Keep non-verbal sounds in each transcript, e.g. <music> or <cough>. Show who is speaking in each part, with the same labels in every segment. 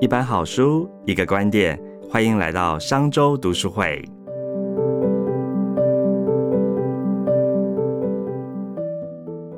Speaker 1: 一本好书，一个观点，欢迎来到商周读书会。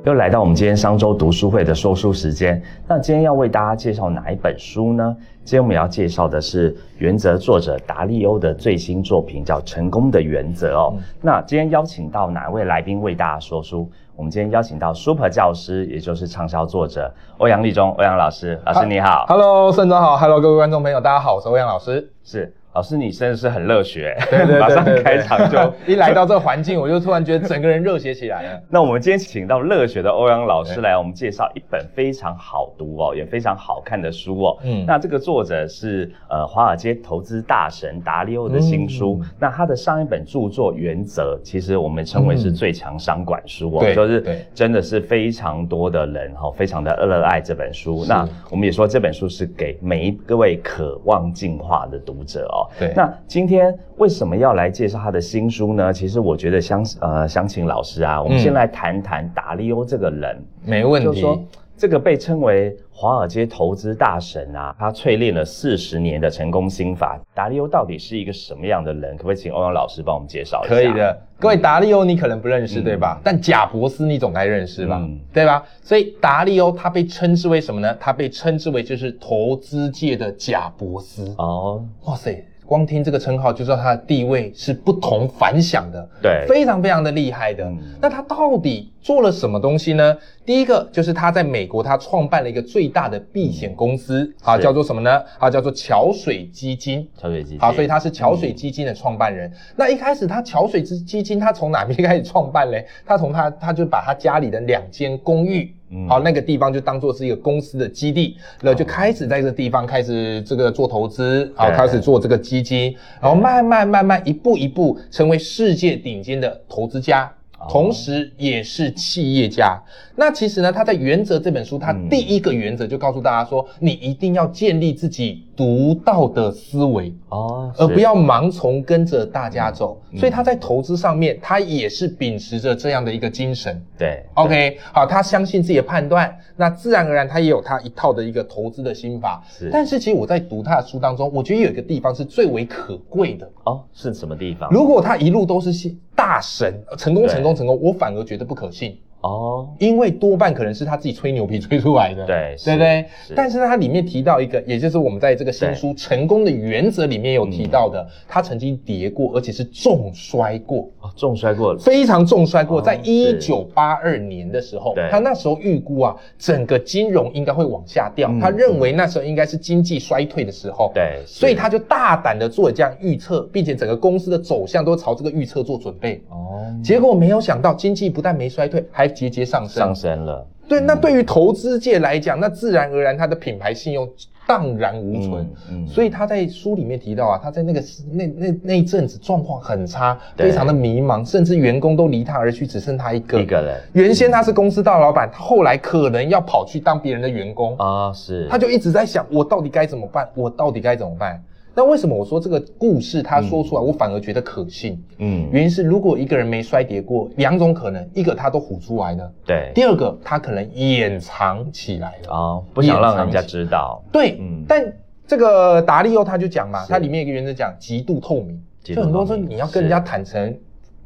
Speaker 1: 又来到我们今天商周读书会的说书时间。那今天要为大家介绍哪一本书呢？今天我们要介绍的是《原则》作者达利欧的最新作品，叫《成功的原则》哦。那今天邀请到哪位来宾为大家说书？我们今天邀请到 Super 教师，也就是畅销作者欧阳立中，欧阳老师。老师你好。
Speaker 2: Hello，盛总好，Hello，各位观众朋友，大家好，我是欧阳老师。
Speaker 1: 是老师，你真的是很热血，
Speaker 2: 对 <laughs> 对对
Speaker 1: 马上
Speaker 2: 对对对
Speaker 1: 开场
Speaker 2: <laughs>
Speaker 1: 就
Speaker 2: 一来到这个环境，我就突然觉得整个人热血起来了。
Speaker 1: 那我们今天请到热血的欧阳老师来，我们介绍一本非常好读哦，也非常好看的书哦。
Speaker 2: <laughs> 嗯
Speaker 1: 那这个作者是呃华尔街投资大神达利欧的新书。
Speaker 2: 嗯
Speaker 1: 那他的上一本著作《原则》，其实我们称为是
Speaker 2: 嗯
Speaker 1: 最强商管书哦，
Speaker 2: 对
Speaker 1: 就是
Speaker 2: 对
Speaker 1: 真的是非常多的人哈、哦，非常的热爱这本书。
Speaker 2: 是
Speaker 1: 那我们也说这本书是给每一各位渴望进化的读者哦。
Speaker 2: 对
Speaker 1: 那今天为什么要来介绍他的新书呢？其实我觉得相呃想请老师啊，我们
Speaker 2: 嗯
Speaker 1: 先来谈谈达利欧这个人，
Speaker 2: 没问
Speaker 1: 就是
Speaker 2: 题，
Speaker 1: 说这个被称为华尔街投资大神啊，他淬炼了四十年的成功心法。达利欧到底是一个什么样的人？可不可以请欧阳老师帮我们介绍一下？
Speaker 2: 可以。的。各位达利欧你可能不认识
Speaker 1: 嗯
Speaker 2: 对吧？但贾伯斯你总该认识吧
Speaker 1: 嗯，
Speaker 2: 对吧？所以达利欧他被称之为什么呢？他被称之为就是投资界的贾伯斯。
Speaker 1: 哦，
Speaker 2: 哇塞，光听这个称号就知道他的地位是不同凡响的。
Speaker 1: 对，
Speaker 2: 非常非常的厉害的
Speaker 1: 嗯。
Speaker 2: 那他到底做了什么东西呢？第一个就是他在美国，他创办了一个最大的避险公司，啊，
Speaker 1: 嗯是
Speaker 2: 叫做什么呢？啊，叫做桥水基金。
Speaker 1: 桥水基金。嗯
Speaker 2: 好，所以他是桥水基金的创办人。那一开始他桥水基基金，他从哪边开始创办嘞？ <laughs> 他从他他就把他家里的两间公寓
Speaker 1: 嗯。哦
Speaker 2: 好，那个地方就当做是一个公司的基地，然后就开始在这个地方开始这个做投资，好，
Speaker 1: 对
Speaker 2: 开始做这个基金，然后慢慢慢慢一步一步成为世界顶尖的投资家
Speaker 1: 哦，
Speaker 2: 同时也是企业家。那其实呢，他在《原则》这本书，他
Speaker 1: 嗯
Speaker 2: 第一个原则就告诉大家说，你一定要建立自己独到的思维。
Speaker 1: 哦，
Speaker 2: 而
Speaker 1: 是
Speaker 2: 呃不要盲从跟着大家走。
Speaker 1: 嗯
Speaker 2: 所以他在投资上面，他也是秉持着这样的一个精神。
Speaker 1: 对
Speaker 2: OK，好，他相信自己的判断，那自然而然他也有他一套的一个投资的心法。
Speaker 1: 是
Speaker 2: 但是其实我在读他的书当中，我觉得有一个地方是最为可贵的。
Speaker 1: 哦，是什么地方？
Speaker 2: 如果他一路都是些大神，呃成功
Speaker 1: 对
Speaker 2: 成功成功，我反而觉得不可信。
Speaker 1: 哦，
Speaker 2: 因为多半可能是他自己吹牛皮吹出来的，
Speaker 1: 对
Speaker 2: 对不对
Speaker 1: 是是？
Speaker 2: 但是呢它里面提到一个，也就是我们在这个新书《成功的原则》里面有提到
Speaker 1: 嗯
Speaker 2: 的，他曾经跌过，而且是重摔过，
Speaker 1: 哦重摔过了。
Speaker 2: 非常重摔过。
Speaker 1: 哦
Speaker 2: 在一
Speaker 1: 是
Speaker 2: 九八二年的时候
Speaker 1: 对，
Speaker 2: 他那时候预估啊，整个金融应该会往下掉，
Speaker 1: 嗯
Speaker 2: 他认为那时候应该是经济衰退的时候，。
Speaker 1: 对，是
Speaker 2: 所以他就大胆的做了这样预测，并且整个公司的走向都朝这个预测做准备。
Speaker 1: 哦
Speaker 2: 结果没有想到，经济不但没衰退，还节节上升。
Speaker 1: 上升了。
Speaker 2: 对，那对于投资界来讲，那自然而然它的品牌信用荡然无存。
Speaker 1: 嗯
Speaker 2: 所以他在书里面提到啊，他在那个那那那一阵子状况很差，
Speaker 1: 对
Speaker 2: 非常的迷茫，甚至员工都离他而去，只剩他一个。
Speaker 1: 一个人
Speaker 2: 原先他是公司大老板，他后来可能要跑去当别人的员工，
Speaker 1: 啊，是
Speaker 2: 他就一直在想，我到底该怎么办？我到底该怎么办？那为什么我说这个故事他说出来，我反而觉得可信？
Speaker 1: 嗯
Speaker 2: 原因是，如果一个人没衰跌过，两种可能，一个他都唬出来了。
Speaker 1: 对
Speaker 2: 第二个，他可能掩藏起来了。
Speaker 1: 哦，不想让人家知道，
Speaker 2: 对，
Speaker 1: 嗯
Speaker 2: 但这个达利欧他就讲嘛，
Speaker 1: 是
Speaker 2: 他里面有一个原则讲极度透明，
Speaker 1: 极
Speaker 2: 就
Speaker 1: 度透明
Speaker 2: 很多人说你要跟人家坦诚。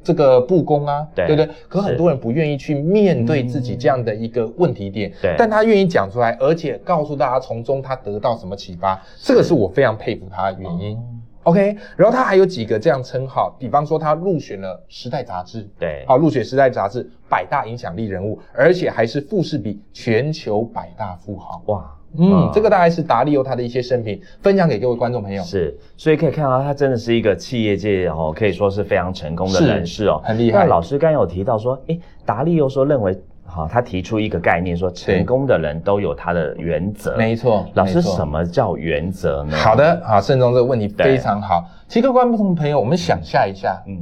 Speaker 2: 这个不公啊，
Speaker 1: 对
Speaker 2: 不对？可很多人不愿意去面对自己这样的一个问题点，
Speaker 1: 对
Speaker 2: 但他愿意讲出来，而且告诉大家从中他得到什么启发，这个是我非常佩服他的原因。OK，然后他还有几个这样称号，比方说他入选了《时代》杂志，
Speaker 1: 对
Speaker 2: 好，入选《时代》杂志百大影响力人物，而且还是富士比全球百大富豪。
Speaker 1: 哇，
Speaker 2: 嗯
Speaker 1: 啊，
Speaker 2: 这个大概是达利欧他的一些生平，分享给各位观众朋友。
Speaker 1: 是，所以可以看到他真的是一个企业界哦，可以说是非常成功的
Speaker 2: 是
Speaker 1: 人士哦，
Speaker 2: 很厉害
Speaker 1: 那老师刚刚有提到说，诶，达利又说认为，哈、他提出一个概念说，成功的人都有他的原则。
Speaker 2: 没错，
Speaker 1: 老师，
Speaker 2: 没错
Speaker 1: 什么叫原则呢？
Speaker 2: 好，的，好，慎重这个问题
Speaker 1: 对啊
Speaker 2: 非常好。其实各位观众朋友，我们想象一下，
Speaker 1: 嗯，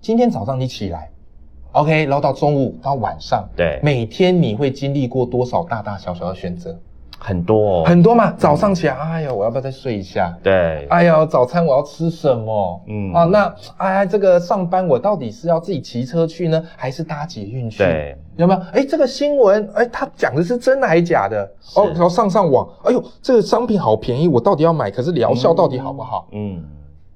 Speaker 2: 今天早上你起来，OK，然后到中午到晚上，
Speaker 1: 对，
Speaker 2: 每天你会经历过多少大大小小的选择？
Speaker 1: 很多哦，
Speaker 2: 很多嘛，早上起来，哎呀，我要不要再睡一下？
Speaker 1: 对，
Speaker 2: 哎呀，早餐我要吃什么？
Speaker 1: 嗯
Speaker 2: 嗯啊，那哎呀，这个上班我到底是要自己骑车去呢，还是搭捷运去？，
Speaker 1: 对，
Speaker 2: 有没有？哎，这个新闻，哎，他讲的是真的还是假的？哦，
Speaker 1: 是
Speaker 2: 然后上上网，哎呦，这个商品好便宜，我到底要买？可是疗效到底好不好？
Speaker 1: 嗯，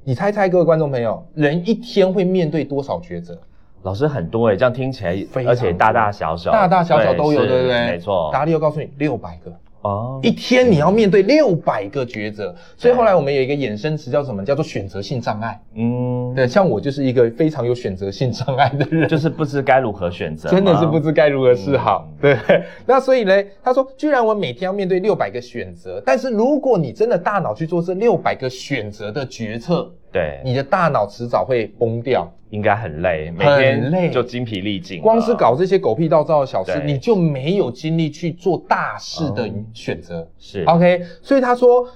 Speaker 2: 你猜猜，各位观众朋友，人一天会面对多少抉择？
Speaker 1: 老师很多哎，这样听起
Speaker 2: 非
Speaker 1: 来，而
Speaker 2: 常
Speaker 1: 且大大小小，
Speaker 2: 大大小小都有，
Speaker 1: 是
Speaker 2: 对不对？
Speaker 1: 没错，
Speaker 2: 达利又告诉你六百个，
Speaker 1: 哦，
Speaker 2: 一天你要面对六百个抉
Speaker 1: 嗯
Speaker 2: 择，所以后来我们有一个衍生词叫什么？叫做选择性障碍。
Speaker 1: 嗯，
Speaker 2: 对，像我就是一个非常有选择性障碍的人。
Speaker 1: 就是不知该如何选择，
Speaker 2: 真的是不，知该如何是好
Speaker 1: 嗯，
Speaker 2: 对。 <laughs> 那所以呢，他说，居然我每天要面对六百个选择，但是如果你真的大脑去做这六百个选择的决策，
Speaker 1: 对，
Speaker 2: 你的大脑迟早会崩掉。
Speaker 1: 应该很累，每
Speaker 2: 很累
Speaker 1: 天就精疲力尽了，
Speaker 2: 光是搞这些狗屁倒灶的小事，
Speaker 1: 对
Speaker 2: 你就没有精力去做大事的
Speaker 1: 嗯
Speaker 2: 选择。
Speaker 1: 是
Speaker 2: OK，所以他说，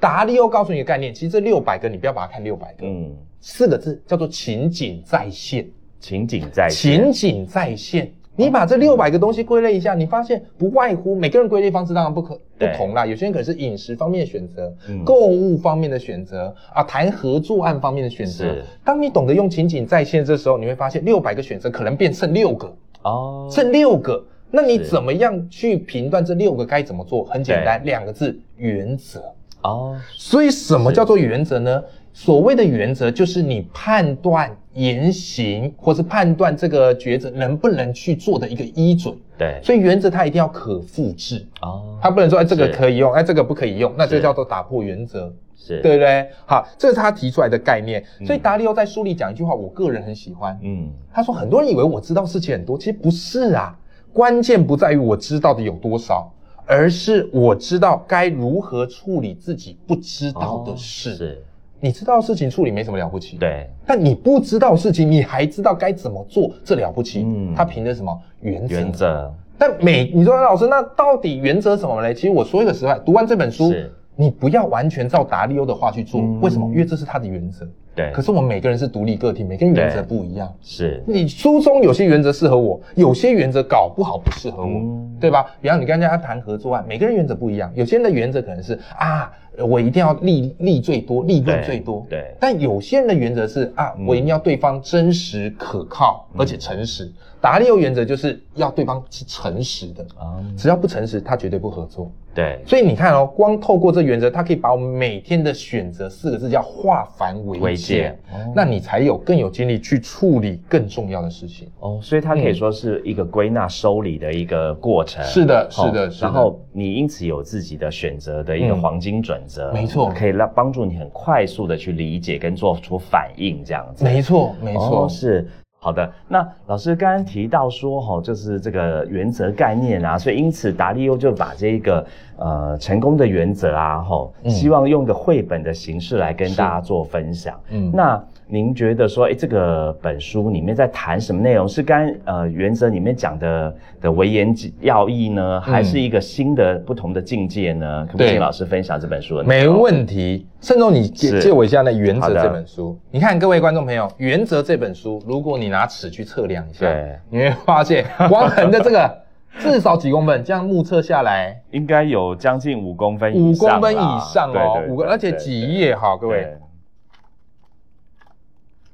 Speaker 2: 达利又告诉你一个概念，其实这六百个你不要把它看六百个，
Speaker 1: 嗯，
Speaker 2: 四个字叫做情景再现。
Speaker 1: 情景在哦
Speaker 2: 情景再现。你把这六百个东西归类一下，你发现不外乎每个人归类方式当然不可不
Speaker 1: 对
Speaker 2: 同啦。有些人可能是饮食方面的选择
Speaker 1: 嗯，
Speaker 2: 购物方面的选择，啊，谈合作案方面的选择
Speaker 1: 是。
Speaker 2: 当你懂得用情景再现这时候，你会发现六百个选择可能变剩六个，
Speaker 1: 哦，
Speaker 2: 剩六个。那你
Speaker 1: 是
Speaker 2: 怎么样去评断这六个该怎么做？很简单，两个字：原则。
Speaker 1: 哦，
Speaker 2: 所以什么
Speaker 1: 是
Speaker 2: 叫做原则呢？所谓的原则就是你判断言行或是判断这个抉择能不能去做的一个依准。
Speaker 1: 对，
Speaker 2: 所以原则它一定要可复制，
Speaker 1: 哦，
Speaker 2: 它不能说哎这个
Speaker 1: 是
Speaker 2: 可以用，哎这个不可以用，那这
Speaker 1: 是
Speaker 2: 叫做打破原则，
Speaker 1: 是，
Speaker 2: 对，不对？好，这是他提出来的概念。所以
Speaker 1: 嗯
Speaker 2: 达利欧在书里讲一句话，我个人很喜欢，
Speaker 1: 嗯，
Speaker 2: 他说很多人以为我知道事情很多，其实不是啊，关键不在于我知道的有多少，而是我知道该如何处理自己不知道的事。
Speaker 1: 哦是，
Speaker 2: 你知道事情处理没什么了不起，。
Speaker 1: 对，
Speaker 2: 但你不知道事情，你还知道该怎么做，这了不起。
Speaker 1: 嗯
Speaker 2: 他凭的什么原则？
Speaker 1: 原则
Speaker 2: 但每你说老师，那到底原则什么嘞？其实我说一个实话，读完这本书
Speaker 1: 是，
Speaker 2: 你不要完全照达利欧的话去做，
Speaker 1: 嗯
Speaker 2: 为什么？因为这是他的原则。
Speaker 1: 对，
Speaker 2: 可是我们每个人是独立个体，每个人原则
Speaker 1: 对
Speaker 2: 不一样。
Speaker 1: 是
Speaker 2: 你书中有些原则适合我，有些原则搞不好不适合我，
Speaker 1: 嗯
Speaker 2: 对吧？比方你跟人家谈合作啊案，每个人原则不一样，有些人的原则可能是啊，我一定要利利最多，利润
Speaker 1: 对
Speaker 2: 最多，
Speaker 1: 对
Speaker 2: 但有些人的原则是啊，
Speaker 1: 嗯
Speaker 2: 我一定要对方真实、可靠，而且诚实。达利欧原则就是要对方是诚实的，
Speaker 1: 啊，
Speaker 2: 只要不诚实，他绝对不合作。
Speaker 1: 对，
Speaker 2: 所以你看哦，光透过这原则，它可以把我们每天的选择四个字叫化繁为
Speaker 1: 为
Speaker 2: 简
Speaker 1: 简，哦
Speaker 2: 那你才有更有精力去处理更重要的事情。
Speaker 1: 哦，所以它可以说是一个归纳收理的一个过程。
Speaker 2: 是的，是
Speaker 1: 哦
Speaker 2: 的，是的。
Speaker 1: 然后你因此有自己的选择的一个
Speaker 2: 嗯
Speaker 1: 黄金准则，
Speaker 2: 没错
Speaker 1: 可以让帮助你很快速的去理解跟做出反应，这样子。
Speaker 2: 没错，没错，
Speaker 1: 哦是。好的，那老师刚刚提到说，哈、就是这个原则概念啊，所以因此达利欧就把这一个呃成功的原则啊，哈、
Speaker 2: 嗯
Speaker 1: 希望用个绘本的形式来跟
Speaker 2: 是
Speaker 1: 大家做分享。
Speaker 2: 嗯
Speaker 1: 那您觉得说，哎，这个本书里面在谈什么内容？是刚呃原则里面讲的的维言要义呢，还是一个新的不同的境界呢？可不可以
Speaker 2: 嗯对
Speaker 1: 请老师分享这本书的内
Speaker 2: 没
Speaker 1: 容？
Speaker 2: 问题。盛总，你借
Speaker 1: 是
Speaker 2: 借我一下那《原则
Speaker 1: 好》的
Speaker 2: 这本书。你看，各位观众朋友，《原则》这本书，如果你拿尺去测量一下，
Speaker 1: 对，
Speaker 2: 你会发现王恒的这个至少几公分，这样目测下来。
Speaker 1: 应该有将近五公分
Speaker 2: 五
Speaker 1: 以
Speaker 2: 公
Speaker 1: 上啦，
Speaker 2: 分以上哦
Speaker 1: 对，对
Speaker 2: 五个，而且
Speaker 1: 对
Speaker 2: 几
Speaker 1: 对
Speaker 2: 页哈，各位
Speaker 1: 对，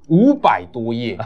Speaker 2: 五百多
Speaker 1: <laughs>
Speaker 2: 页，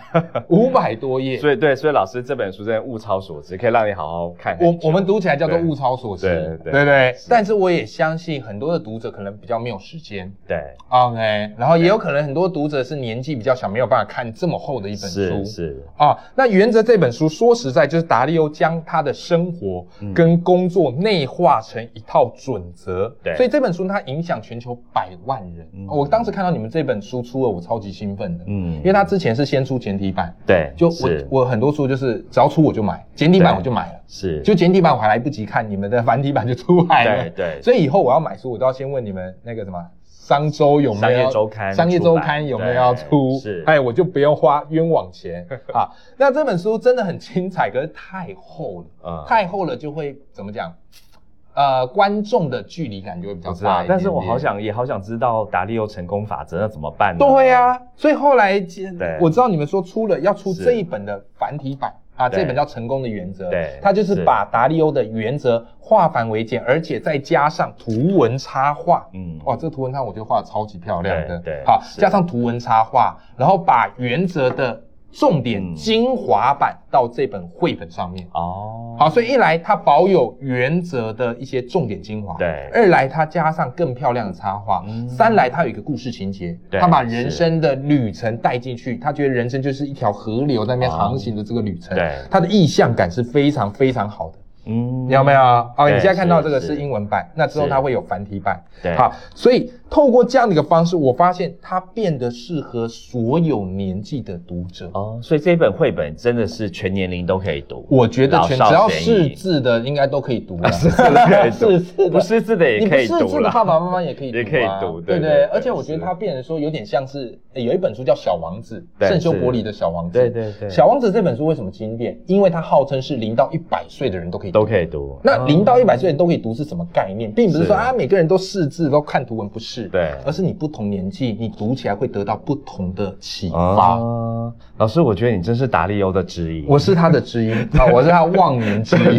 Speaker 2: 五百多页，
Speaker 1: 所以对，所以老师这本书真的物超所值，可以让你好好看很
Speaker 2: 我
Speaker 1: 久。
Speaker 2: 我们读起来叫做
Speaker 1: 对
Speaker 2: 物超所值，
Speaker 1: 对对
Speaker 2: 对不对
Speaker 1: 是
Speaker 2: 但是我也相信很多的读者可能比较没有时间
Speaker 1: 对
Speaker 2: ，OK，然后也有可能很多读者是年纪比较小，没有办法看这么厚的一本
Speaker 1: 是
Speaker 2: 书。
Speaker 1: 是
Speaker 2: 啊，那《原则》这本书说实在就是达利欧将他的生活
Speaker 1: 嗯
Speaker 2: 跟工作内化成一套准则，
Speaker 1: 对
Speaker 2: 所以这本书它影响全球百万人。哦
Speaker 1: 嗯
Speaker 2: 我当时看到你们这本书出了，我超级兴奋的，
Speaker 1: 嗯
Speaker 2: 因为它之前是先出简体版，
Speaker 1: 对，
Speaker 2: 就是我我很多书就是只要出我就买，简体版
Speaker 1: 对
Speaker 2: 我就买了。
Speaker 1: 是
Speaker 2: 就简体版我还来不及看，你们的繁体版就出来了。
Speaker 1: 对对
Speaker 2: 所以以后我要买书，我都要先问你们那个什么。商周有没有
Speaker 1: 商业周刊
Speaker 2: 商业周刊有没有要
Speaker 1: 出
Speaker 2: 出
Speaker 1: 版？对是
Speaker 2: 哎，我就不用花冤枉
Speaker 1: <laughs>
Speaker 2: 钱啊。那这本书真的很精彩，可是太厚了，
Speaker 1: 嗯
Speaker 2: 太厚了就会怎么讲？呃，观众的距离感就会比较
Speaker 1: 我知
Speaker 2: 大
Speaker 1: 道
Speaker 2: 一点点。，
Speaker 1: 但是我好想也好想知道达利欧成功法则，那怎么办呢？
Speaker 2: 啊对呀、所以后来
Speaker 1: 嗯对
Speaker 2: 我知道你们说出了要出
Speaker 1: 是
Speaker 2: 这一本的繁体版，啊，
Speaker 1: 对
Speaker 2: 这本叫《成功的原则》，
Speaker 1: 对
Speaker 2: 它就是
Speaker 1: 是
Speaker 2: 把达利欧的原则化繁为简，而且再加上图文插画。
Speaker 1: 嗯，
Speaker 2: 哇，这个图文插画我觉得画的超级漂亮的，
Speaker 1: 对对
Speaker 2: 好，
Speaker 1: 是
Speaker 2: 加上图文插画，然后把原则的重点
Speaker 1: 嗯
Speaker 2: 精华版到这本绘本上面。
Speaker 1: 哦，
Speaker 2: 好，所以一来它保有原则的一些重点精华，
Speaker 1: 对
Speaker 2: 二来它加上更漂亮的插画，
Speaker 1: 嗯
Speaker 2: 三来它有一个故事情节，
Speaker 1: 对
Speaker 2: 它把人生的旅程带进去，他觉得人生就是一条河流在那边航行的这个旅
Speaker 1: 啊
Speaker 2: 程，
Speaker 1: 对
Speaker 2: 它的意象感是非常非常好的，
Speaker 1: 嗯
Speaker 2: 你有没有？啊，你
Speaker 1: 对
Speaker 2: 现在看到这个
Speaker 1: 是
Speaker 2: 是
Speaker 1: 是
Speaker 2: 英文版，那之后
Speaker 1: 是
Speaker 2: 它会有繁体版，
Speaker 1: 对，
Speaker 2: 好，所以透过这样的一个方式，我发现它变得适合所有年纪的读者。
Speaker 1: 哦，所以这本绘本真的是全年龄都可以读，
Speaker 2: 我觉得全
Speaker 1: 老少
Speaker 2: 只要
Speaker 1: 咸
Speaker 2: 识
Speaker 1: 宜
Speaker 2: 字的应该都可以读了，识
Speaker 1: 字的
Speaker 2: <laughs>
Speaker 1: 可以读
Speaker 2: 字的
Speaker 1: 不识字的也可以
Speaker 2: 你不识
Speaker 1: 读
Speaker 2: 字的
Speaker 1: 了，
Speaker 2: 爸爸妈妈也可以读、啊，
Speaker 1: 也可以读
Speaker 2: 对
Speaker 1: 对
Speaker 2: 不
Speaker 1: 对对
Speaker 2: 而且我觉得它变成说有点像是、诶有一本书叫《小王子》，
Speaker 1: 对
Speaker 2: 圣修伯里的《小王子》。
Speaker 1: 对对对
Speaker 2: 小王子》这本书为什么经典？因为它号称是零到一百岁的人都可以读。
Speaker 1: 都可以读。
Speaker 2: 那
Speaker 1: 哦
Speaker 2: 零到一百岁人都可以读是什么概念？并不是说
Speaker 1: 是
Speaker 2: 啊每个人都识字都看图文，不是，
Speaker 1: 对
Speaker 2: 而是你不同年纪，你读起来会得到不同的启发。
Speaker 1: 啊，老师，我觉得你真是达利欧的之一。 <laughs>
Speaker 2: 我是他的知音啊，我是他忘年之 <laughs> 一。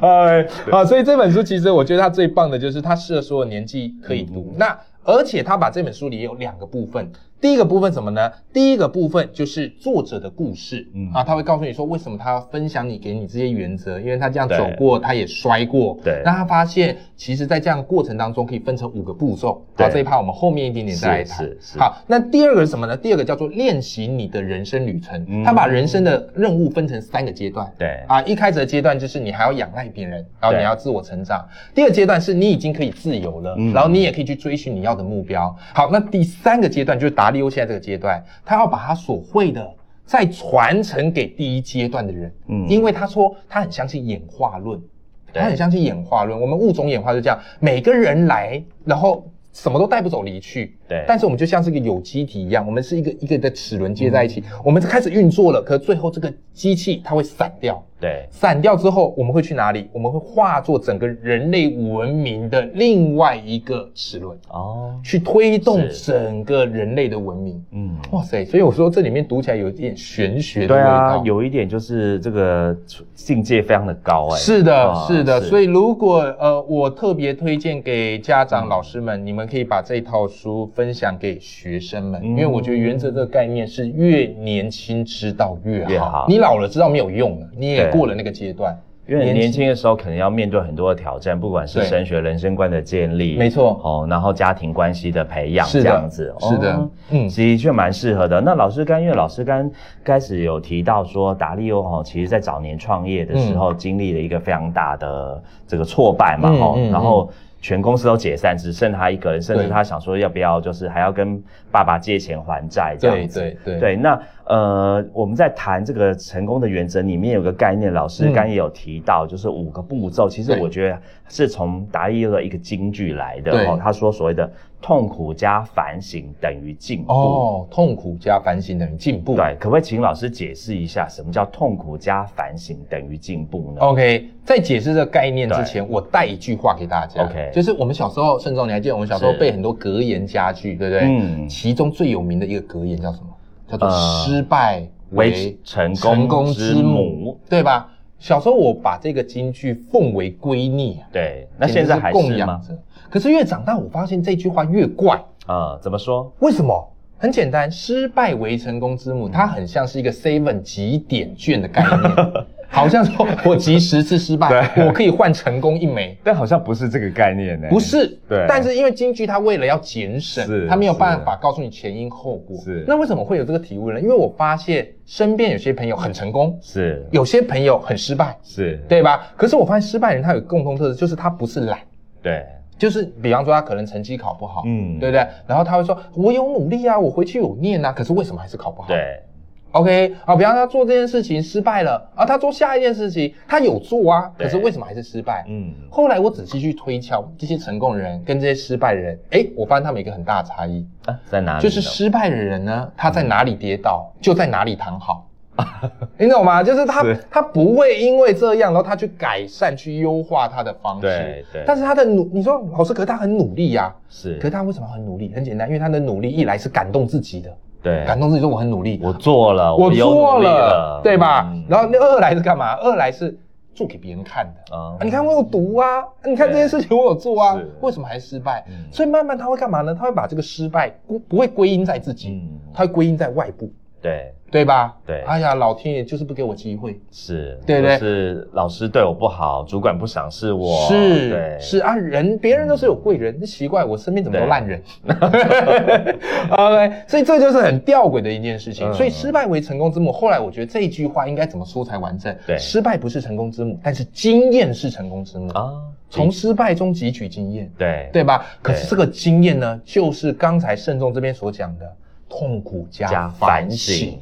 Speaker 2: 哎， <laughs> 啊，所以这本书其实我觉得它最棒的就是它适合所有年纪可以
Speaker 1: 嗯
Speaker 2: 读。那而且他把这本书里也有两个部分，第一个部分什么呢？第一个部分就是作者的故事，
Speaker 1: 嗯
Speaker 2: 啊，他会告诉你说为什么他要分享你给你这些原则，因为他这样
Speaker 1: 对
Speaker 2: 走过，他也摔过，
Speaker 1: 对
Speaker 2: 那他发现其实，在这样的过程当中可以分成五个步骤，好，
Speaker 1: 对
Speaker 2: 这一趴我们后面一点点再来
Speaker 1: 是
Speaker 2: 谈
Speaker 1: 是。是
Speaker 2: 好，那第二个是什么呢？第二个叫做练习你的人生旅程。
Speaker 1: 嗯
Speaker 2: 他把人生的任务分成三个阶段。
Speaker 1: 对
Speaker 2: 啊，一开始的阶段就是你还要仰赖别人，然后
Speaker 1: 对
Speaker 2: 你要自我成长。第二阶段是你已经可以自由了，
Speaker 1: 嗯
Speaker 2: 然后你也可以去追寻你要的目标。好，那第三个阶段就是达利欧现在这个阶段，他要把他所会的再传承给第一阶段的人，
Speaker 1: 嗯
Speaker 2: 因为他说他很相信演化论，
Speaker 1: 对
Speaker 2: 他很相信演化论。我们物种演化就这样，每个人来，然后什么都带不走离去。
Speaker 1: 对
Speaker 2: 但是我们就像是一个有机体一样，我们是一个一个的齿轮接在一起，
Speaker 1: 嗯
Speaker 2: 我们开始运作了，可最后这个机器它会散掉。
Speaker 1: 对
Speaker 2: 散掉之后，我们会去哪里？我们会化作整个人类文明的另外一个齿轮，
Speaker 1: 哦，
Speaker 2: 去推动
Speaker 1: 是
Speaker 2: 整个人类的文明。
Speaker 1: 嗯，
Speaker 2: 哇塞！所以我说这里面读起来有一点玄学的
Speaker 1: 对
Speaker 2: 味
Speaker 1: 啊
Speaker 2: 道。，
Speaker 1: 有一点就是这个境界非常的高哎。
Speaker 2: 是的，
Speaker 1: 啊
Speaker 2: 是的，
Speaker 1: 是
Speaker 2: 所以如果呃，我特别推荐给家
Speaker 1: 嗯
Speaker 2: 长、老师们，你们可以把这套书分享给学生们，
Speaker 1: 嗯
Speaker 2: 因为我觉得原则这个概念是越年轻知道越好。
Speaker 1: 越好
Speaker 2: 你老了知道没有用了，你也
Speaker 1: 对
Speaker 2: 过了那个阶段。
Speaker 1: 因为年轻的时候可能要面对很多的挑战，不管是
Speaker 2: 对
Speaker 1: 升学、人生观的建立，
Speaker 2: 没错
Speaker 1: 哦，然后家庭关系的培养，
Speaker 2: 是的
Speaker 1: 这样子，
Speaker 2: 是的
Speaker 1: 哦
Speaker 2: 嗯
Speaker 1: 的确蛮适合的。那老师刚，因为老师刚开始有提到说，达利欧哦，其实在早年创业的时候经历了一个非常大的这个挫败嘛，
Speaker 2: 嗯
Speaker 1: 哦，
Speaker 2: 嗯
Speaker 1: 然后。全公司都解散，只剩他一个人，甚至
Speaker 2: 对
Speaker 1: 他想说要不要，就是还要跟爸爸借钱还债这
Speaker 2: 对
Speaker 1: 样子。
Speaker 2: 对对
Speaker 1: 对，那呃，我们在谈这个成功的原则里面有个概念，老师
Speaker 2: 嗯
Speaker 1: 刚也有提到，就是五个步骤。其实
Speaker 2: 对
Speaker 1: 我觉得是从达利的一个金句来的
Speaker 2: 对
Speaker 1: 哦，他说所谓的痛苦加反省等于进步。
Speaker 2: 哦，痛苦加反省等于进步。
Speaker 1: 对，可不可以请老师解释一下什么叫痛苦加反省等于进步呢？
Speaker 2: OK，在解释这个概念之前，我带一句话给大家。
Speaker 1: OK
Speaker 2: 就是我们小时候，甚至你还记得我们小时候
Speaker 1: 是
Speaker 2: 背很多格言佳句，对不对？
Speaker 1: 嗯
Speaker 2: 其中最有名的一个格言叫什么？叫做
Speaker 1: 呃
Speaker 2: 失败为
Speaker 1: 为成功
Speaker 2: 成功之
Speaker 1: 之
Speaker 2: 母
Speaker 1: 母，
Speaker 2: 对吧？小时候我把这个金句奉为圭臬啊，
Speaker 1: 对，那现在还
Speaker 2: 简直
Speaker 1: 是
Speaker 2: 供养
Speaker 1: 吗？
Speaker 2: 着。可是越长大，我发现这句话越怪。
Speaker 1: 呃，怎么嗯说？
Speaker 2: 为什么？很简单，失败为成功之母，它很像是一个 seven 集点券的概
Speaker 1: <laughs>
Speaker 2: 念，好像说我集十次失败，
Speaker 1: 对
Speaker 2: 我可以换成功一枚。
Speaker 1: 但好像不是这个概念呢
Speaker 2: 不是，
Speaker 1: 对
Speaker 2: 但是因为京剧它为了要节省，
Speaker 1: 是
Speaker 2: 它没有办法告诉你前因后果。
Speaker 1: 是
Speaker 2: 那为什么会有这个体悟呢？因为我发现身边有些朋友很成功，
Speaker 1: 是
Speaker 2: 有些朋友很失败，
Speaker 1: 是，
Speaker 2: 对吧？可是我发现失败人他有共同特质，就是他不是懒，
Speaker 1: 对
Speaker 2: 就是比方说他可能成绩考不好，
Speaker 1: 嗯
Speaker 2: 对不对？然后他会说我有努力啊，我回去有念啊，可是为什么还是考不好？
Speaker 1: 对
Speaker 2: ，OK 啊，比方他做这件事情失败了啊，他做下一件事情他有做啊，可
Speaker 1: 对
Speaker 2: 是为什么还是失败？
Speaker 1: 嗯
Speaker 2: 后来我仔细去推敲这些成功人跟这些失败人，哎，我发现他们有一个很大的差异，
Speaker 1: 啊，在哪里呢？嗯
Speaker 2: 就是失败的人呢，他在哪里跌倒就在哪里
Speaker 1: <laughs>
Speaker 2: 躺好，你懂吗？就是他
Speaker 1: 是
Speaker 2: 他不会因为这样，然后他去改善、去优化他的方式。
Speaker 1: 对对
Speaker 2: 但是他的努，你说老师，可是他很努力呀、
Speaker 1: 是
Speaker 2: 可是他为什么很努力？很简单，因为他的努力一来是感动自己的，
Speaker 1: 对，
Speaker 2: 感动自己说我很努力，
Speaker 1: 我做了，
Speaker 2: 我
Speaker 1: 有
Speaker 2: 做
Speaker 1: 努力
Speaker 2: 了，对吧？
Speaker 1: 嗯
Speaker 2: 然后那二来是干嘛？二来是做给别人看的。
Speaker 1: 嗯
Speaker 2: 啊你看我有读啊，啊你看这件事情我有做啊
Speaker 1: 是，
Speaker 2: 为什么还失败？
Speaker 1: 嗯
Speaker 2: 所以慢慢他会干嘛呢？他会把这个失败不不会归因在自己，
Speaker 1: 嗯
Speaker 2: 他会归因在外部，
Speaker 1: 对，
Speaker 2: 对吧？
Speaker 1: 对
Speaker 2: 哎呀，老天爷就是不给我机会。
Speaker 1: 是，
Speaker 2: 对不对
Speaker 1: 就是老师对我不好，主管不赏识我，
Speaker 2: 是
Speaker 1: 对，
Speaker 2: 是啊，人别人都是有贵人，那奇怪，我身边怎么都
Speaker 1: 对
Speaker 2: 烂人 <laughs> ？OK，所以这就是很吊诡的一件事情。
Speaker 1: 嗯
Speaker 2: 所以失败为成功之母，后来我觉得这一句话应该怎么说才完整？
Speaker 1: 对
Speaker 2: 失败不是成功之母，但是经验是成功之母。
Speaker 1: 啊，
Speaker 2: 从失败中汲取经验，
Speaker 1: 对
Speaker 2: 对吧？可是
Speaker 1: 对
Speaker 2: 这个经验呢，就是刚才慎重这边所讲的痛苦
Speaker 1: 加
Speaker 2: 加
Speaker 1: 反
Speaker 2: 啊反
Speaker 1: 省
Speaker 2: 省。